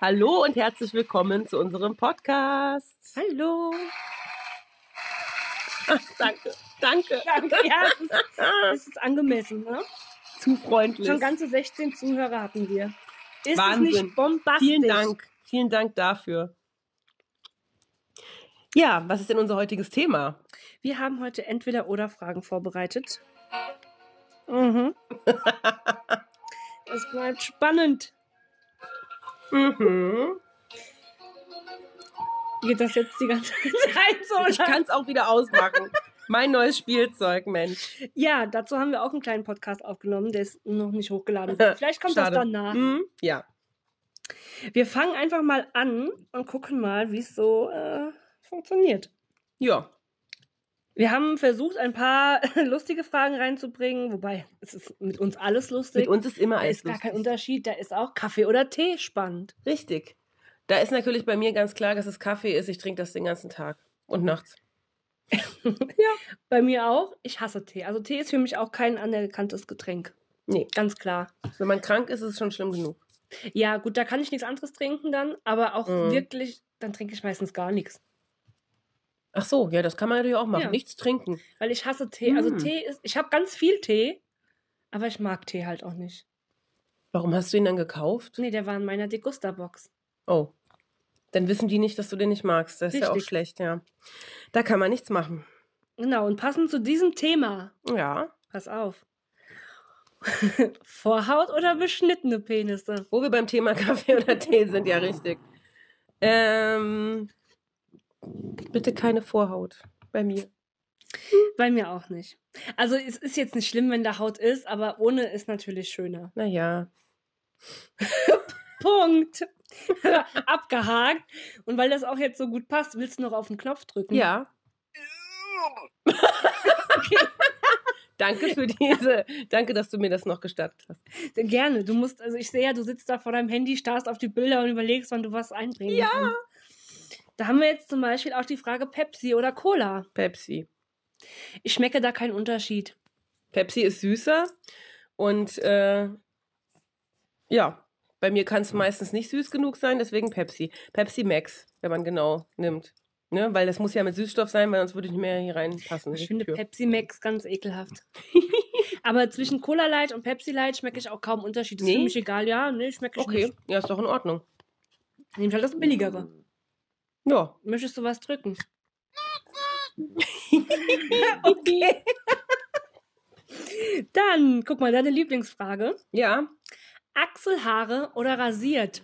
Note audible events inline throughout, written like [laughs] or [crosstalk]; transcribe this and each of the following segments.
Hallo und herzlich willkommen zu unserem Podcast. Hallo. Danke, danke. Danke, [laughs] ja, das [laughs] ist, das ist angemessen, ne? Zu freundlich. Schon ganze 16 Zuhörer hatten wir. Ist Wahnsinn. es nicht bombastisch? Vielen Dank. Vielen Dank dafür. Ja, was ist denn unser heutiges Thema? Wir haben heute Entweder-Oder-Fragen vorbereitet. [laughs] Mhm. Es bleibt spannend. Mhm. Geht das jetzt die ganze Zeit rein? So, [laughs] Ich oder? kann es auch wieder ausmachen. Mein neues Spielzeug, Mensch. ja, dazu haben wir auch einen kleinen Podcast aufgenommen. Der ist noch [laughs] nicht hochgeladen. Vielleicht kommt Schade. das danach. Hm, ja. Wir fangen einfach mal an und gucken mal, wie es so äh, funktioniert. Ja. Wir haben versucht, ein paar [laughs] lustige Fragen reinzubringen, wobei es ist mit uns alles lustig. Mit uns ist immer da alles ist gar kein lustig. Unterschied. Da ist auch Kaffee oder Tee spannend. Richtig. Da ist natürlich bei mir ganz klar, dass es Kaffee ist. Ich trinke das den ganzen Tag Mhm. und nachts. Bei mir auch. Ich hasse Tee. Also Tee ist für mich auch kein anerkanntes Getränk. Nee. Ganz klar. Wenn man krank ist, ist es schon schlimm genug. Ja, gut, da kann ich nichts anderes trinken dann, aber auch Mhm. wirklich, dann trinke ich meistens gar nichts. Ach so, ja, das kann man natürlich auch machen. Ja. Nichts trinken. Weil ich hasse Tee. Also Mhm. Tee ist, ich habe ganz viel Tee, aber ich mag Tee halt auch nicht. Warum hast du ihn dann gekauft? Nee, der war in meiner Degusta-Box. Oh. Dann wissen die nicht, dass du den nicht magst. Das ist ja auch Richtig. schlecht, ja. Da kann man nichts machen. Genau, und passend zu diesem Thema, Ja. pass auf. [laughs] Vorhaut oder beschnittene Penisse? Wo wir beim Thema [laughs] Kaffee oder Tee sind, ja, richtig. Ähm, bitte keine Vorhaut bei mir. Bei mir auch nicht. Also es ist jetzt nicht schlimm, wenn da Haut ist, aber ohne ist natürlich schöner. Naja. Punkt. [laughs] Abgehakt. Und weil das auch jetzt so gut passt, willst du noch auf den Knopf drücken? [laughs] Ja. [laughs] danke für diese. Danke, dass du mir das noch gestattet hast. Gerne. Du musst, also ich sehe ja, du sitzt da vor deinem Handy, starrst auf die Bilder und überlegst, wann du was einbringen Ja. kannst. Da haben wir jetzt zum Beispiel auch die Frage Pepsi oder Cola. Pepsi. Ich schmecke da keinen Unterschied. Pepsi ist süßer und äh, ja, bei mir kann es meistens nicht süß genug sein, deswegen Pepsi. Pepsi Max, wenn man genau nimmt. Ne? Weil das muss ja mit Süßstoff sein, weil sonst würde ich nicht mehr hier reinpassen. in die Ich finde Tür. Pepsi Max ganz ekelhaft. Hm. [laughs] Aber zwischen Cola Light und Pepsi Light schmecke ich auch kaum Unterschied. Das ist Nee? für mich egal, ja. Nee, schmecke ich Okay, Hm. nicht. ja, ist doch in Ordnung. Nehme halt das billigere. Ja. Möchtest du was [laughs] drücken? Okay. Dann, guck mal, deine Lieblingsfrage. Ja. Achselhaare oder rasiert?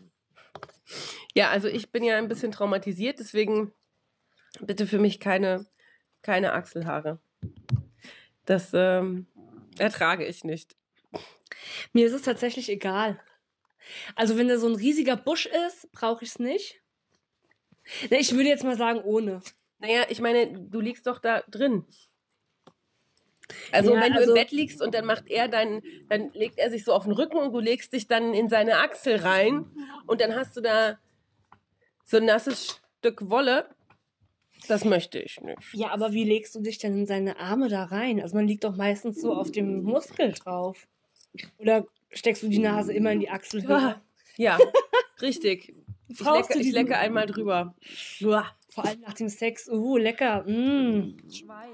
Ja, also ich bin ja ein bisschen traumatisiert, deswegen bitte für mich keine, keine Achselhaare. Das ähm, ertrage ich nicht. Mir ist es tatsächlich egal. Also, wenn da so ein riesiger Busch ist, brauche ich es nicht. Na, ich würde jetzt mal sagen, ohne. Naja, ich meine, du liegst doch da drin. Also Ja, wenn du also- im Bett liegst und dann macht er deinen, dann legt er sich so auf den Rücken und du legst dich dann in seine Achsel rein und dann hast du da so ein nasses Stück Wolle. Das möchte ich nicht. Ja, aber wie legst du dich denn in seine Arme da rein? Also, man liegt doch meistens so auf dem Muskel drauf. Oder steckst du die Nase immer in die Achselhöhle? Ja, richtig. Ich Ah. Brauchst lecke, du ich diesen- lecke einmal drüber. Uah. Vor allem nach dem Sex. Uh, lecker. Mm. Schweiß.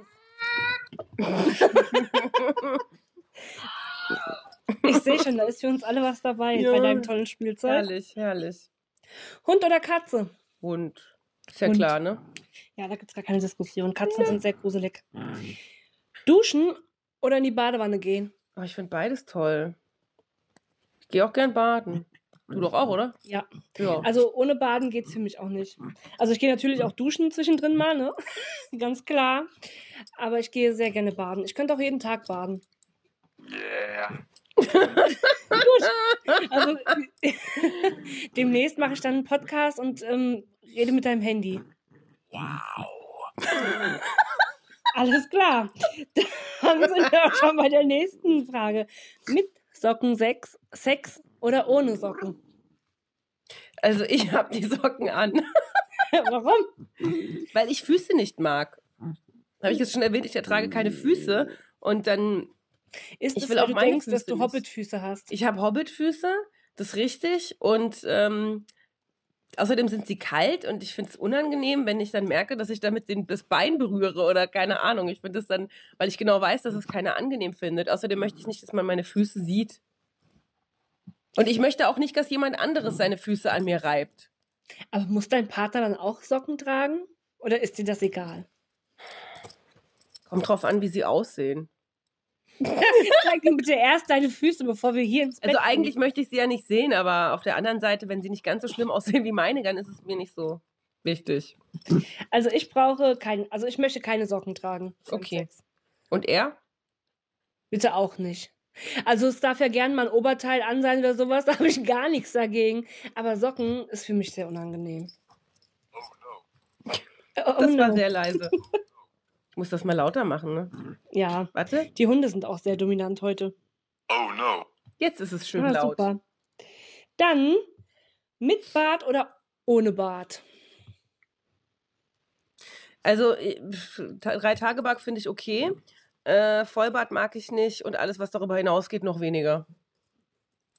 ich sehe schon, da ist für uns alle was dabei Ja. bei deinem tollen Spielzeug. Herrlich, herrlich. Hund oder Katze? Hund. Ist ja Hund. klar, ne? Ja, da gibt es gar keine Diskussion. Katzen sind sehr gruselig. Duschen oder in die Badewanne gehen? Oh, ich finde beides toll. Ich gehe auch gern baden. Du doch auch, oder? Ja. Ja. Also ohne Baden geht es für mich auch nicht. Also ich gehe natürlich auch duschen zwischendrin mal, ne? [laughs] Ganz klar. Aber ich gehe sehr gerne baden. Ich könnte auch jeden Tag baden. Gut. [laughs] Also [laughs] demnächst mache ich dann einen Podcast und ähm, rede mit deinem Handy. [laughs] Alles klar. Dann sind wir auch schon bei der nächsten Frage. Mit Socken Sex, Sex oder ohne Socken? [laughs] Also ich [laughs] habe die Socken an, Warum? weil ich Füße nicht mag. Habe ich jetzt schon erwähnt, ich ertrage keine Füße. Und dann, Ist Ich es, will weil auch du meine denkst, dass Füße du nicht. Hobbitfüße hast? ich habe Hobbitfüße Das ist richtig. Und ähm, außerdem sind sie kalt und ich finde es unangenehm, wenn ich dann merke, dass ich damit den, das Bein berühre oder keine Ahnung. Ich finde das dann, weil ich genau weiß, dass es keiner angenehm findet. Außerdem möchte ich nicht, dass man meine Füße sieht. Und ich möchte auch nicht, dass jemand anderes seine Füße an mir reibt. Aber muss dein Partner dann auch Socken tragen? Oder ist dir [laughs] das egal? Kommt drauf an, wie sie aussehen. Zeig mir bitte erst deine Füße, bevor wir hier ins Bett Also eigentlich möchte ich sie ja nicht sehen, aber auf der anderen Seite, wenn sie nicht ganz so schlimm [laughs] aussehen wie meine, dann ist es mir nicht so wichtig. gehen. Also ich brauche keinen, also ich möchte keine Socken tragen. beim Okay. Sex. Und er? Bitte auch nicht. Also es darf ja gern mal ein Oberteil an sein oder sowas, [laughs] da habe ich gar nichts dagegen. Aber Socken ist für mich sehr unangenehm. Oh no. Das war sehr [laughs] leise. Ich muss das mal lauter machen, ne? ja, Warte, die Hunde sind auch sehr dominant heute. Oh no. jetzt ist es schön Ah, laut. super. Dann mit Bart oder ohne Bart? Also äh, pf, Ta- drei Tage Bart finde ich okay. Äh, Vollbart mag ich nicht und alles, was darüber hinausgeht, noch weniger.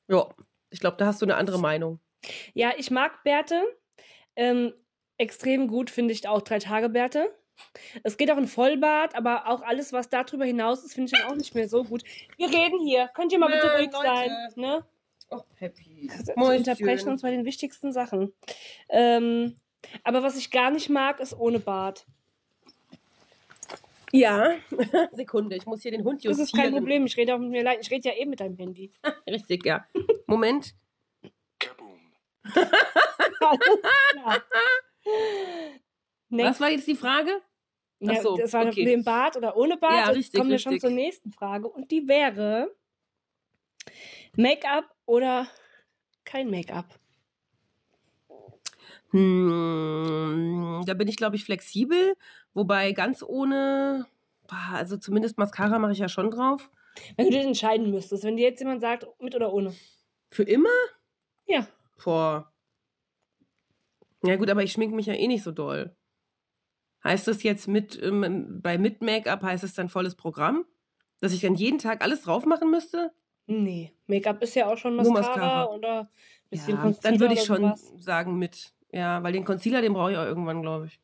Ja, ich glaube, da hast du eine andere Meinung. Ja, ich mag Bärte. Ähm, extrem gut finde ich auch drei Tage Bärte. Es geht auch in Vollbart, aber auch alles, was darüber hinaus ist, finde ich dann auch nicht mehr so gut. Wir reden hier. Könnt ihr mal bitte Nein, ruhig Leute. sein? Ne? Oh, Happy. Wir unterbrechen uns bei den wichtigsten Sachen. Ähm, aber was ich gar nicht mag, ist ohne Bart. Ja, [laughs] Sekunde, ich muss hier den Hund Das justieren. ist kein Problem. Ich rede auch mit mir leid. Ich rede ja eben mit deinem [laughs] Handy. Richtig, ja. Moment. Kaboom. Alles klar. Next. Was war jetzt die Frage? Ja, Ach so, das war okay. mit dem Bart oder ohne Bart. Ja, Jetzt richtig, kommen wir schon richtig. zur nächsten Frage. Und die wäre: Make-up oder kein Make-up? Hm, da bin ich, glaube ich, flexibel. Wobei ganz ohne, boah, also zumindest Mascara mache ich ja schon drauf. Wenn du dich entscheiden müsstest, wenn dir jetzt jemand sagt, mit oder ohne. Für immer? Ja. Boah. Ja gut, aber ich schminke mich ja eh nicht so doll. Heißt das jetzt mit, ähm, bei mit Make-up heißt es dann volles Programm? Dass ich dann jeden Tag alles drauf machen müsste? Nee. Make-up ist ja auch schon Nur Mascara, Mascara. oder ein bisschen Ja, Concealer dann würde ich oder schon sowas. sagen mit. Ja, weil den Concealer, den brauche ich auch irgendwann, glaube ich.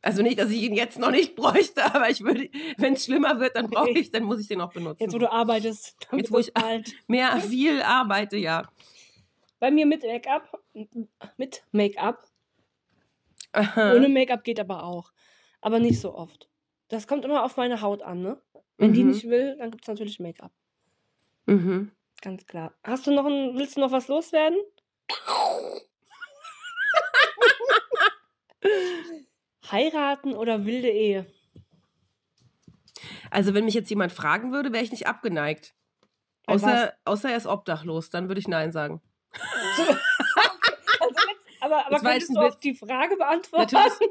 Also nicht, dass ich ihn jetzt noch nicht [laughs] bräuchte, aber ich würde, wenn es schlimmer wird, dann brauche ich, dann muss ich den auch benutzen. Jetzt, wo du arbeitest, [laughs] damit Jetzt, wo wird's ich- alt. Mehr viel arbeite, ja. Bei mir mit Make-up, mit Make-up. Aha. [laughs] Ohne Make-up geht aber auch. Aber nicht so oft. Das kommt immer auf meine Haut an, ne? Wenn die Mhm. nicht will, dann gibt es natürlich Make-up. Mhm. Ganz klar. Hast du noch ein, willst du noch [laughs] was loswerden? Heiraten oder wilde Ehe? Also wenn mich jetzt jemand fragen würde, wäre ich nicht abgeneigt. Bei Außer, außer er ist obdachlos, dann würde ich Nein sagen. Also jetzt, aber aber Das war jetzt könntest ein du auch die Frage beantworten? Natürlich.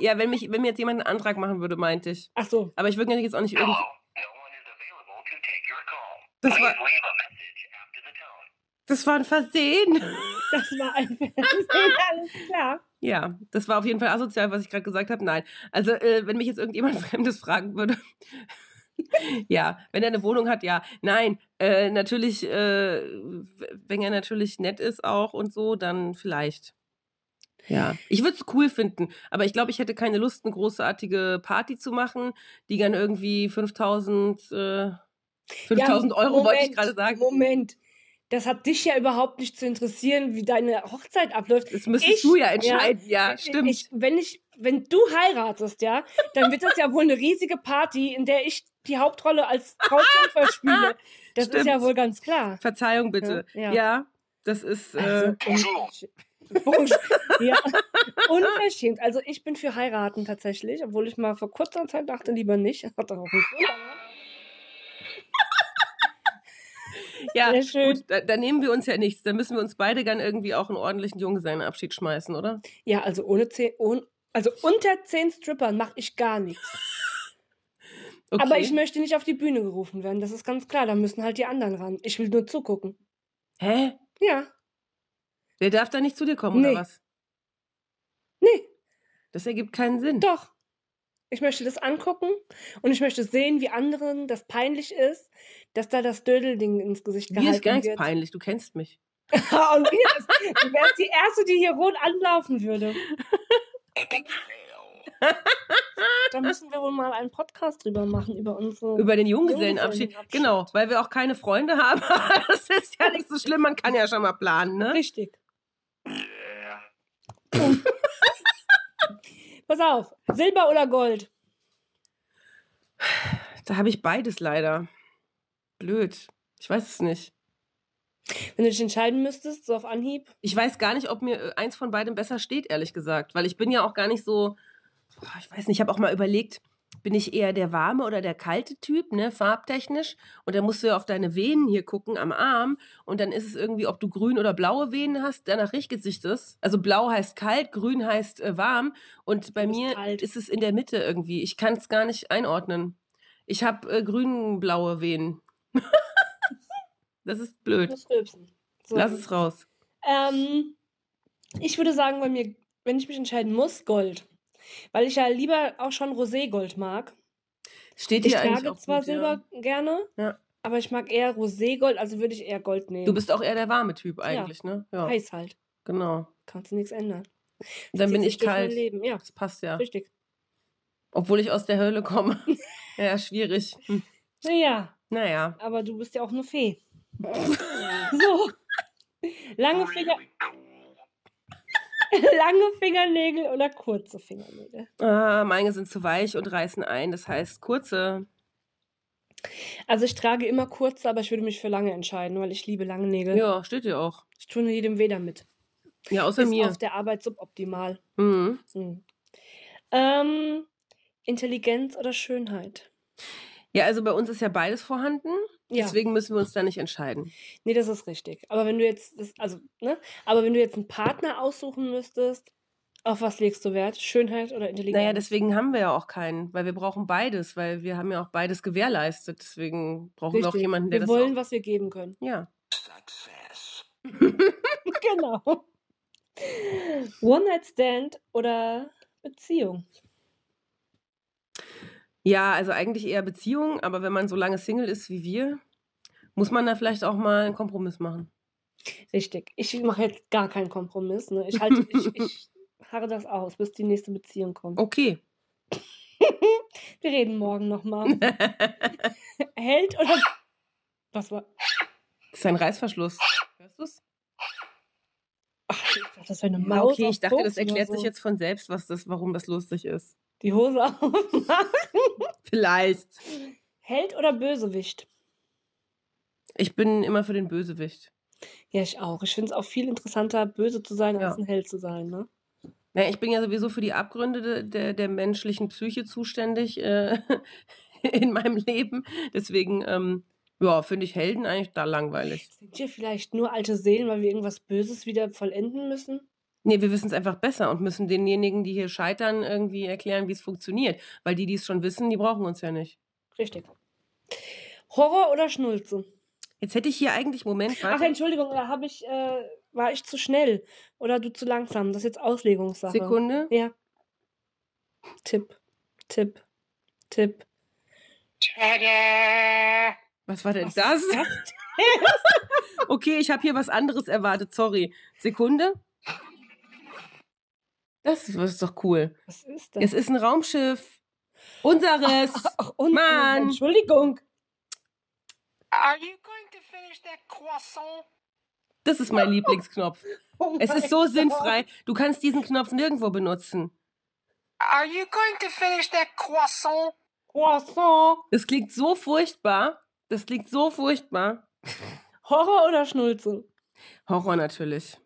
ja, wenn, mich, wenn mir jetzt jemand einen Antrag machen würde, meinte ich. Ach so. Aber ich würde jetzt auch nicht irgendwie. Oh. No one is available to take your call. Das war, leave a message after the tone. das war ein Versehen. Das war ein [laughs] Fernsehen. Alles klar. Ja, das war auf jeden Fall asozial, was ich gerade gesagt habe. Nein. Also, äh, wenn mich jetzt irgendjemand [laughs] Fremdes fragen würde. ja, wenn er eine Wohnung hat, ja. Nein, äh, natürlich, äh, w- wenn er natürlich nett ist auch und so, dann vielleicht. Ja, ich würde es cool finden, aber ich glaube, ich hätte keine Lust, eine großartige Party zu machen, die dann irgendwie 5000, äh, 5000 Ja, Euro, wollte ich Moment, gerade sagen. Moment. Das hat dich ja überhaupt nicht zu interessieren, wie deine Hochzeit abläuft. Das müsstest Ich- du ja ja, entscheiden. Ja, stimmt. Ich, wenn, ich, wenn du heiratest, ja, dann wird das ja wohl eine riesige Party, in der ich die Hauptrolle als [laughs] Brautjungfer verspiele. Das ist Stimmt. ja wohl ganz klar. Verzeihung bitte. Ja. Ja, das ist. Äh, Also, Bonjour. unversch- Bonjour. ja. Unverschämt. Also ich bin für heiraten tatsächlich, obwohl ich mal vor kurzer Zeit dachte, lieber nicht. Hat doch auch einen Grund. Ja, Sehr schön. gut, da, da nehmen wir uns ja nichts. Da müssen wir uns beide dann irgendwie auch einen ordentlichen Junggesellenabschied schmeißen, oder? Ja, also ohne zehn, ohne, also unter zehn Strippern mache ich gar nichts. Okay. Aber ich möchte nicht auf die Bühne gerufen werden, das ist ganz klar. Da müssen halt die anderen ran. Ich will nur zugucken. Hä? Ja, Der darf da nicht zu dir kommen, Nee. oder was? nee, Das ergibt keinen Sinn. doch. Ich möchte das angucken und ich möchte sehen, wie anderen das peinlich ist, dass da das Dödelding ins Gesicht gehalten Mir ist gar nichts wird. peinlich, du kennst mich. [laughs] und wir, du wärst die Erste, die hier rot anlaufen würde. Epic fail. Da müssen wir wohl mal einen Podcast drüber machen, über unsere. Über den Junggesellenabschied. Junggesellenabschied. Genau, weil wir auch keine Freunde [laughs] haben. Aber das ist ja nicht so schlimm. Man kann ja schon mal planen, ne? Richtig. Yeah. Pass auf, Silber oder Gold? Da habe ich beides leider. Blöd. Ich weiß es nicht. Wenn du dich entscheiden müsstest, so auf Anhieb. Ich weiß gar nicht, ob mir äh, eins von beidem besser steht, ehrlich gesagt. Weil ich bin ja auch gar nicht so. Boah, Ich weiß nicht, ich habe auch mal überlegt, bin ich eher der warme oder der kalte Typ, ne, farbtechnisch? Und dann musst du ja auf deine Venen hier gucken am Arm. Und dann ist es irgendwie, ob du grün oder blaue Venen hast, danach richtet sich das. Also blau heißt kalt, grün heißt äh, warm. Und bei Du bist mir kalt. ist es in der Mitte irgendwie. Ich kann es gar nicht einordnen. Ich habe äh, grün-blaue Venen. [laughs] das ist blöd. Muss rülpsen. So. Lass es raus. Ähm, ich würde sagen, bei mir, wenn ich mich entscheiden muss, Gold. Weil ich ja lieber auch schon Roségold mag. Steht Ich hier eigentlich trage auch zwar gut, ja. Silber gerne, Ja. aber ich mag eher Roségold, also würde ich eher Gold nehmen. Du bist auch eher der warme Typ eigentlich, ne? Ja, heiß halt. genau. Kannst du nichts ändern. Dann Zieht bin sich ich durch mein kalt. Leben. Ja, Das passt ja. richtig. Obwohl ich aus der Hölle [laughs] komme. ja, schwierig. Hm. Naja, Naja. aber du bist ja auch [laughs] eine Fee. so. Lange, Finger, [laughs] Really cool. lange Fingernägel oder kurze Fingernägel? Ah, meine sind zu weich und reißen ein. Das heißt, kurze. Also ich trage immer kurze, aber ich würde mich für lange entscheiden, weil ich liebe lange Nägel. Ja, steht dir auch. Ich tue jedem weh damit. Ja, außer Ist mir. auf der Arbeit suboptimal. Mhm. Hm. Ähm, Intelligenz oder Schönheit? Ja, also bei uns ist ja beides vorhanden. Ja, Deswegen müssen wir uns da nicht entscheiden. nee, das ist richtig. Aber wenn du jetzt, das, also, ne? Aber wenn du jetzt einen Partner aussuchen müsstest, auf was legst du Wert? Schönheit oder Intelligenz? Naja, deswegen haben wir ja auch keinen, weil wir brauchen beides, weil wir haben ja auch beides gewährleistet. Deswegen brauchen wir auch Richtig. jemanden, der Wir das wollen, auch. was wir geben können. [laughs] Ja. Success. genau. One-Night-Stand oder Beziehung? Ja, also eigentlich eher Beziehung, aber wenn man so lange Single ist wie wir, muss man da vielleicht auch mal einen Kompromiss machen. Richtig. Ich mache jetzt gar keinen Kompromiss. Ne? Ich, halte, ich, [laughs] ich harre das aus, bis die nächste Beziehung kommt. Okay. Wir reden [laughs] morgen nochmal. Held oder. Was war. Das ist ein Reißverschluss. Hörst du's? Ach, ich dachte, das wäre eine Ja, Maus. okay, auf ich dachte, Koks das erklärt oder sich so. jetzt von selbst, was das, warum das lustig ist. Die Hose aufmachen. [laughs] Vielleicht. Held oder Bösewicht? Ich bin immer für den Bösewicht. Ja, ich auch. Ich finde es auch viel interessanter, böse zu sein, als Ja. ein Held zu sein. Ne? Naja, ich bin ja sowieso für die Abgründe de, der- der menschlichen Psyche zuständig äh, [laughs] in meinem Leben. Deswegen, ähm, ja, finde ich Helden eigentlich da langweilig. Sind wir vielleicht nur alte Seelen, weil wir irgendwas Böses wieder vollenden müssen? Nee, wir wissen es einfach besser und müssen denjenigen, die hier scheitern, irgendwie erklären, wie es funktioniert. Weil die, die es schon wissen, die brauchen uns ja nicht. Richtig. Horror oder Schnulze? Jetzt hätte ich hier eigentlich, Moment, Ach, warte, Entschuldigung, da habe ich, äh, war ich zu schnell oder du zu langsam. Das ist jetzt Auslegungssache. Sekunde. Ja. Tipp, Tipp, Tipp. Tada! Was war denn Was ist das? [laughs] okay, ich habe hier was anderes erwartet, sorry. Sekunde. Das ist, das ist doch cool. Was ist das? Es ist ein Raumschiff. Unseres. Ach, und, Mann. Entschuldigung. Are you going to finish that croissant? Das ist mein Lieblingsknopf. Oh Es [laughs] mein ist so Gott. sinnfrei. Du kannst diesen Knopf nirgendwo benutzen. Are you going to finish that croissant? Croissant. Das klingt so furchtbar. Das klingt so furchtbar. Horror oder Schnulze? Horror natürlich.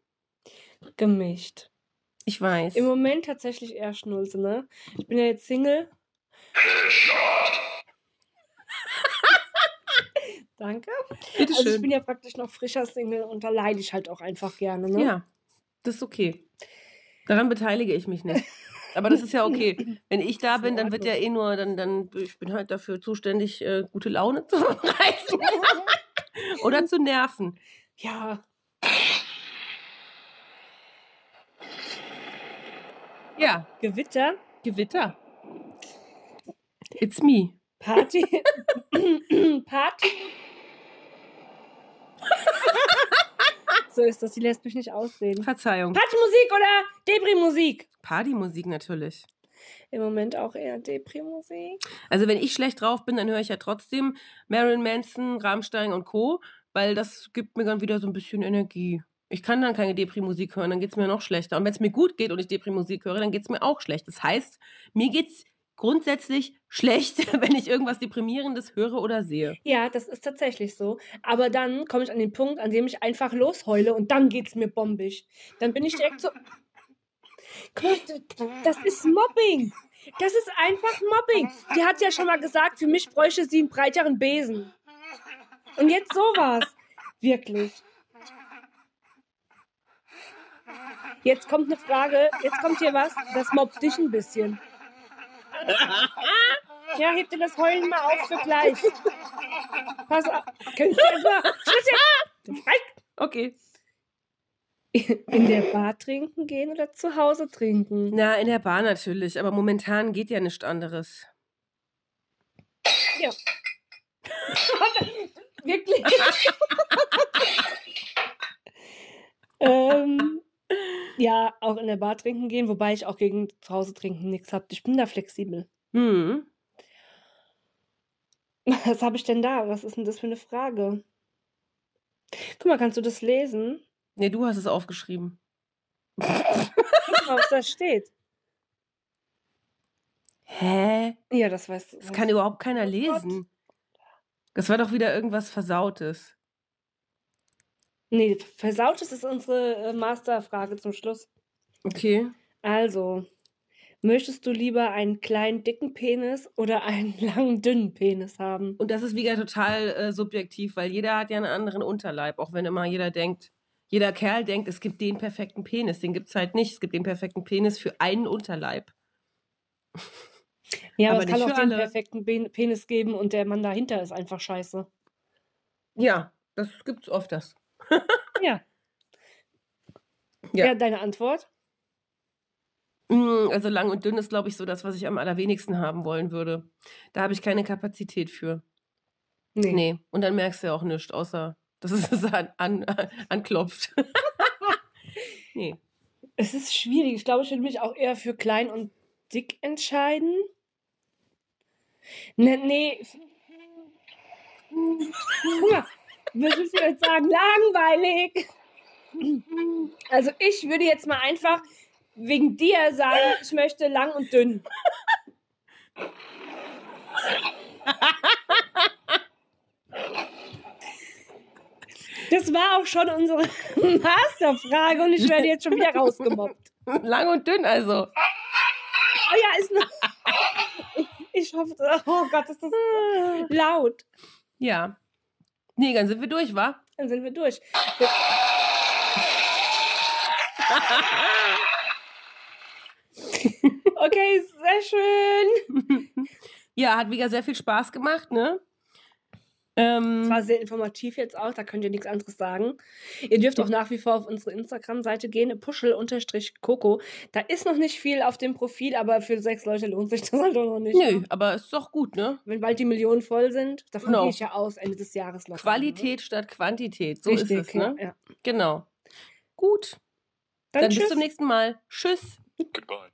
Gemischt. Ich weiß. Im Moment tatsächlich eher Schnulze, ne? Ich bin ja jetzt Single. [laughs] Danke. Bitte Also ich bin schön. ja praktisch noch frischer Single und da leide ich halt auch einfach gerne, ne? Ja, das ist okay. Daran beteilige ich mich nicht. Aber das ist ja [laughs] okay. Wenn ich da Ist in bin, dann wird ja eh nur, dann, dann, ich bin halt dafür zuständig, äh, gute Laune zu [laughs] [laughs] verbreiten oder zu nerven. Ja, Ja, Gewitter, Gewitter. It's me. Party, [laughs] [laughs] Party. So ist das, die lässt mich nicht ausreden. Verzeihung. Partymusik oder Depri-Musik? Partymusik natürlich. Im Moment auch eher Depri-Musik. Also wenn ich schlecht drauf bin, dann höre ich ja trotzdem Marilyn Manson, Rammstein und Co., weil das gibt mir dann wieder so ein bisschen Energie. Ich kann dann keine Depri-Musik hören, dann geht es mir noch schlechter. Und wenn es mir gut geht und ich Depri-Musik höre, dann geht es mir auch schlecht. Das heißt, mir geht's grundsätzlich schlecht, [laughs] wenn ich irgendwas Deprimierendes höre oder sehe. Ja, das ist tatsächlich so. Aber dann komme ich an den Punkt, an dem ich einfach losheule und dann geht's mir bombig. Dann bin ich direkt so. Guck mal, d- Das ist Mobbing. Das ist einfach Mobbing. Die hat ja schon mal gesagt, für mich bräuchte sie einen breiteren Besen. Und jetzt sowas. Wirklich. Jetzt kommt eine Frage. Jetzt kommt hier was. Das mobbt dich ein bisschen. Ja, heb dir das Heulen mal auf für gleich. Pass auf. Könntest du erst mal. Schluss jetzt! Okay. In der Bar trinken gehen oder zu Hause trinken? Na, in der Bar natürlich, aber momentan geht ja nichts anderes. Wirklich? ähm, ja, auch in der Bar trinken gehen, wobei ich auch gegen zu Hause trinken nichts habe. Ich bin da flexibel. Hm. Was habe ich denn da? Was ist denn das für eine Frage? Guck mal, kannst du das lesen? Nee, du hast es aufgeschrieben. Guck mal, was da steht. Hä? Ja, das weißt du. Das kann überhaupt keiner lesen. Das war doch wieder irgendwas Versautes. Nee, versautes ist unsere äh, Masterfrage zum Schluss. Okay. Also, möchtest du lieber einen kleinen, dicken Penis oder einen [laughs] langen, dünnen Penis haben? Und das ist wieder total äh, subjektiv, weil jeder hat ja einen anderen Unterleib, auch wenn immer jeder denkt, jeder Kerl denkt, es gibt den perfekten Penis. Den gibt es halt nicht. Es gibt den perfekten Penis für einen Unterleib. Ja, aber, Aber es kann nicht auch für den alle. perfekten Ben- Penis geben und der Mann dahinter ist einfach scheiße. Ja, das gibt's oft das. Ja. Ja. Ja, deine Antwort? Mm, Also lang und dünn ist, glaube ich, so das, was ich am allerwenigsten haben wollen würde. Da habe ich keine Kapazität für. Nee. Und dann merkst du ja auch nichts, außer [laughs] dass es an, an, [laughs] anklopft. [laughs] nee. Es ist schwierig. Ich glaube, ich würde mich auch eher für klein und dick entscheiden. Nee, nee. f- Guck mal, was willst du jetzt sagen? Langweilig. Also ich würde jetzt mal einfach wegen dir sagen, ich möchte lang und dünn. Das war auch schon unsere [laughs] Masterfrage und ich werde jetzt schon wieder rausgemobbt. [laughs] Lang und dünn also. Oh ja, ist noch. [laughs] Ich hoffe, das- oh Gott, ist das laut. Ja. Nee, dann sind wir durch, wa? Dann sind wir durch. [laughs] Okay, sehr schön. Ja, hat wieder sehr viel Spaß gemacht, ne? Ähm, Das war sehr informativ jetzt auch, da könnt ihr nichts anderes sagen. Ihr dürft auch nach wie vor auf unsere Instagram-Seite gehen, puschel-koko. Da ist noch nicht viel auf dem Profil, aber für sechs Leute lohnt sich das [laughs] halt auch noch nicht. nö, aber ist doch gut, ne? Wenn bald die Millionen voll sind, davon Genau. gehe ich ja aus, Ende des Jahres locker. Qualität statt Quantität, so ne? Richtig, ist es, ne? Ja. Genau. Gut, Dann, dann tschüss. bis zum nächsten Mal. Tschüss. Goodbye.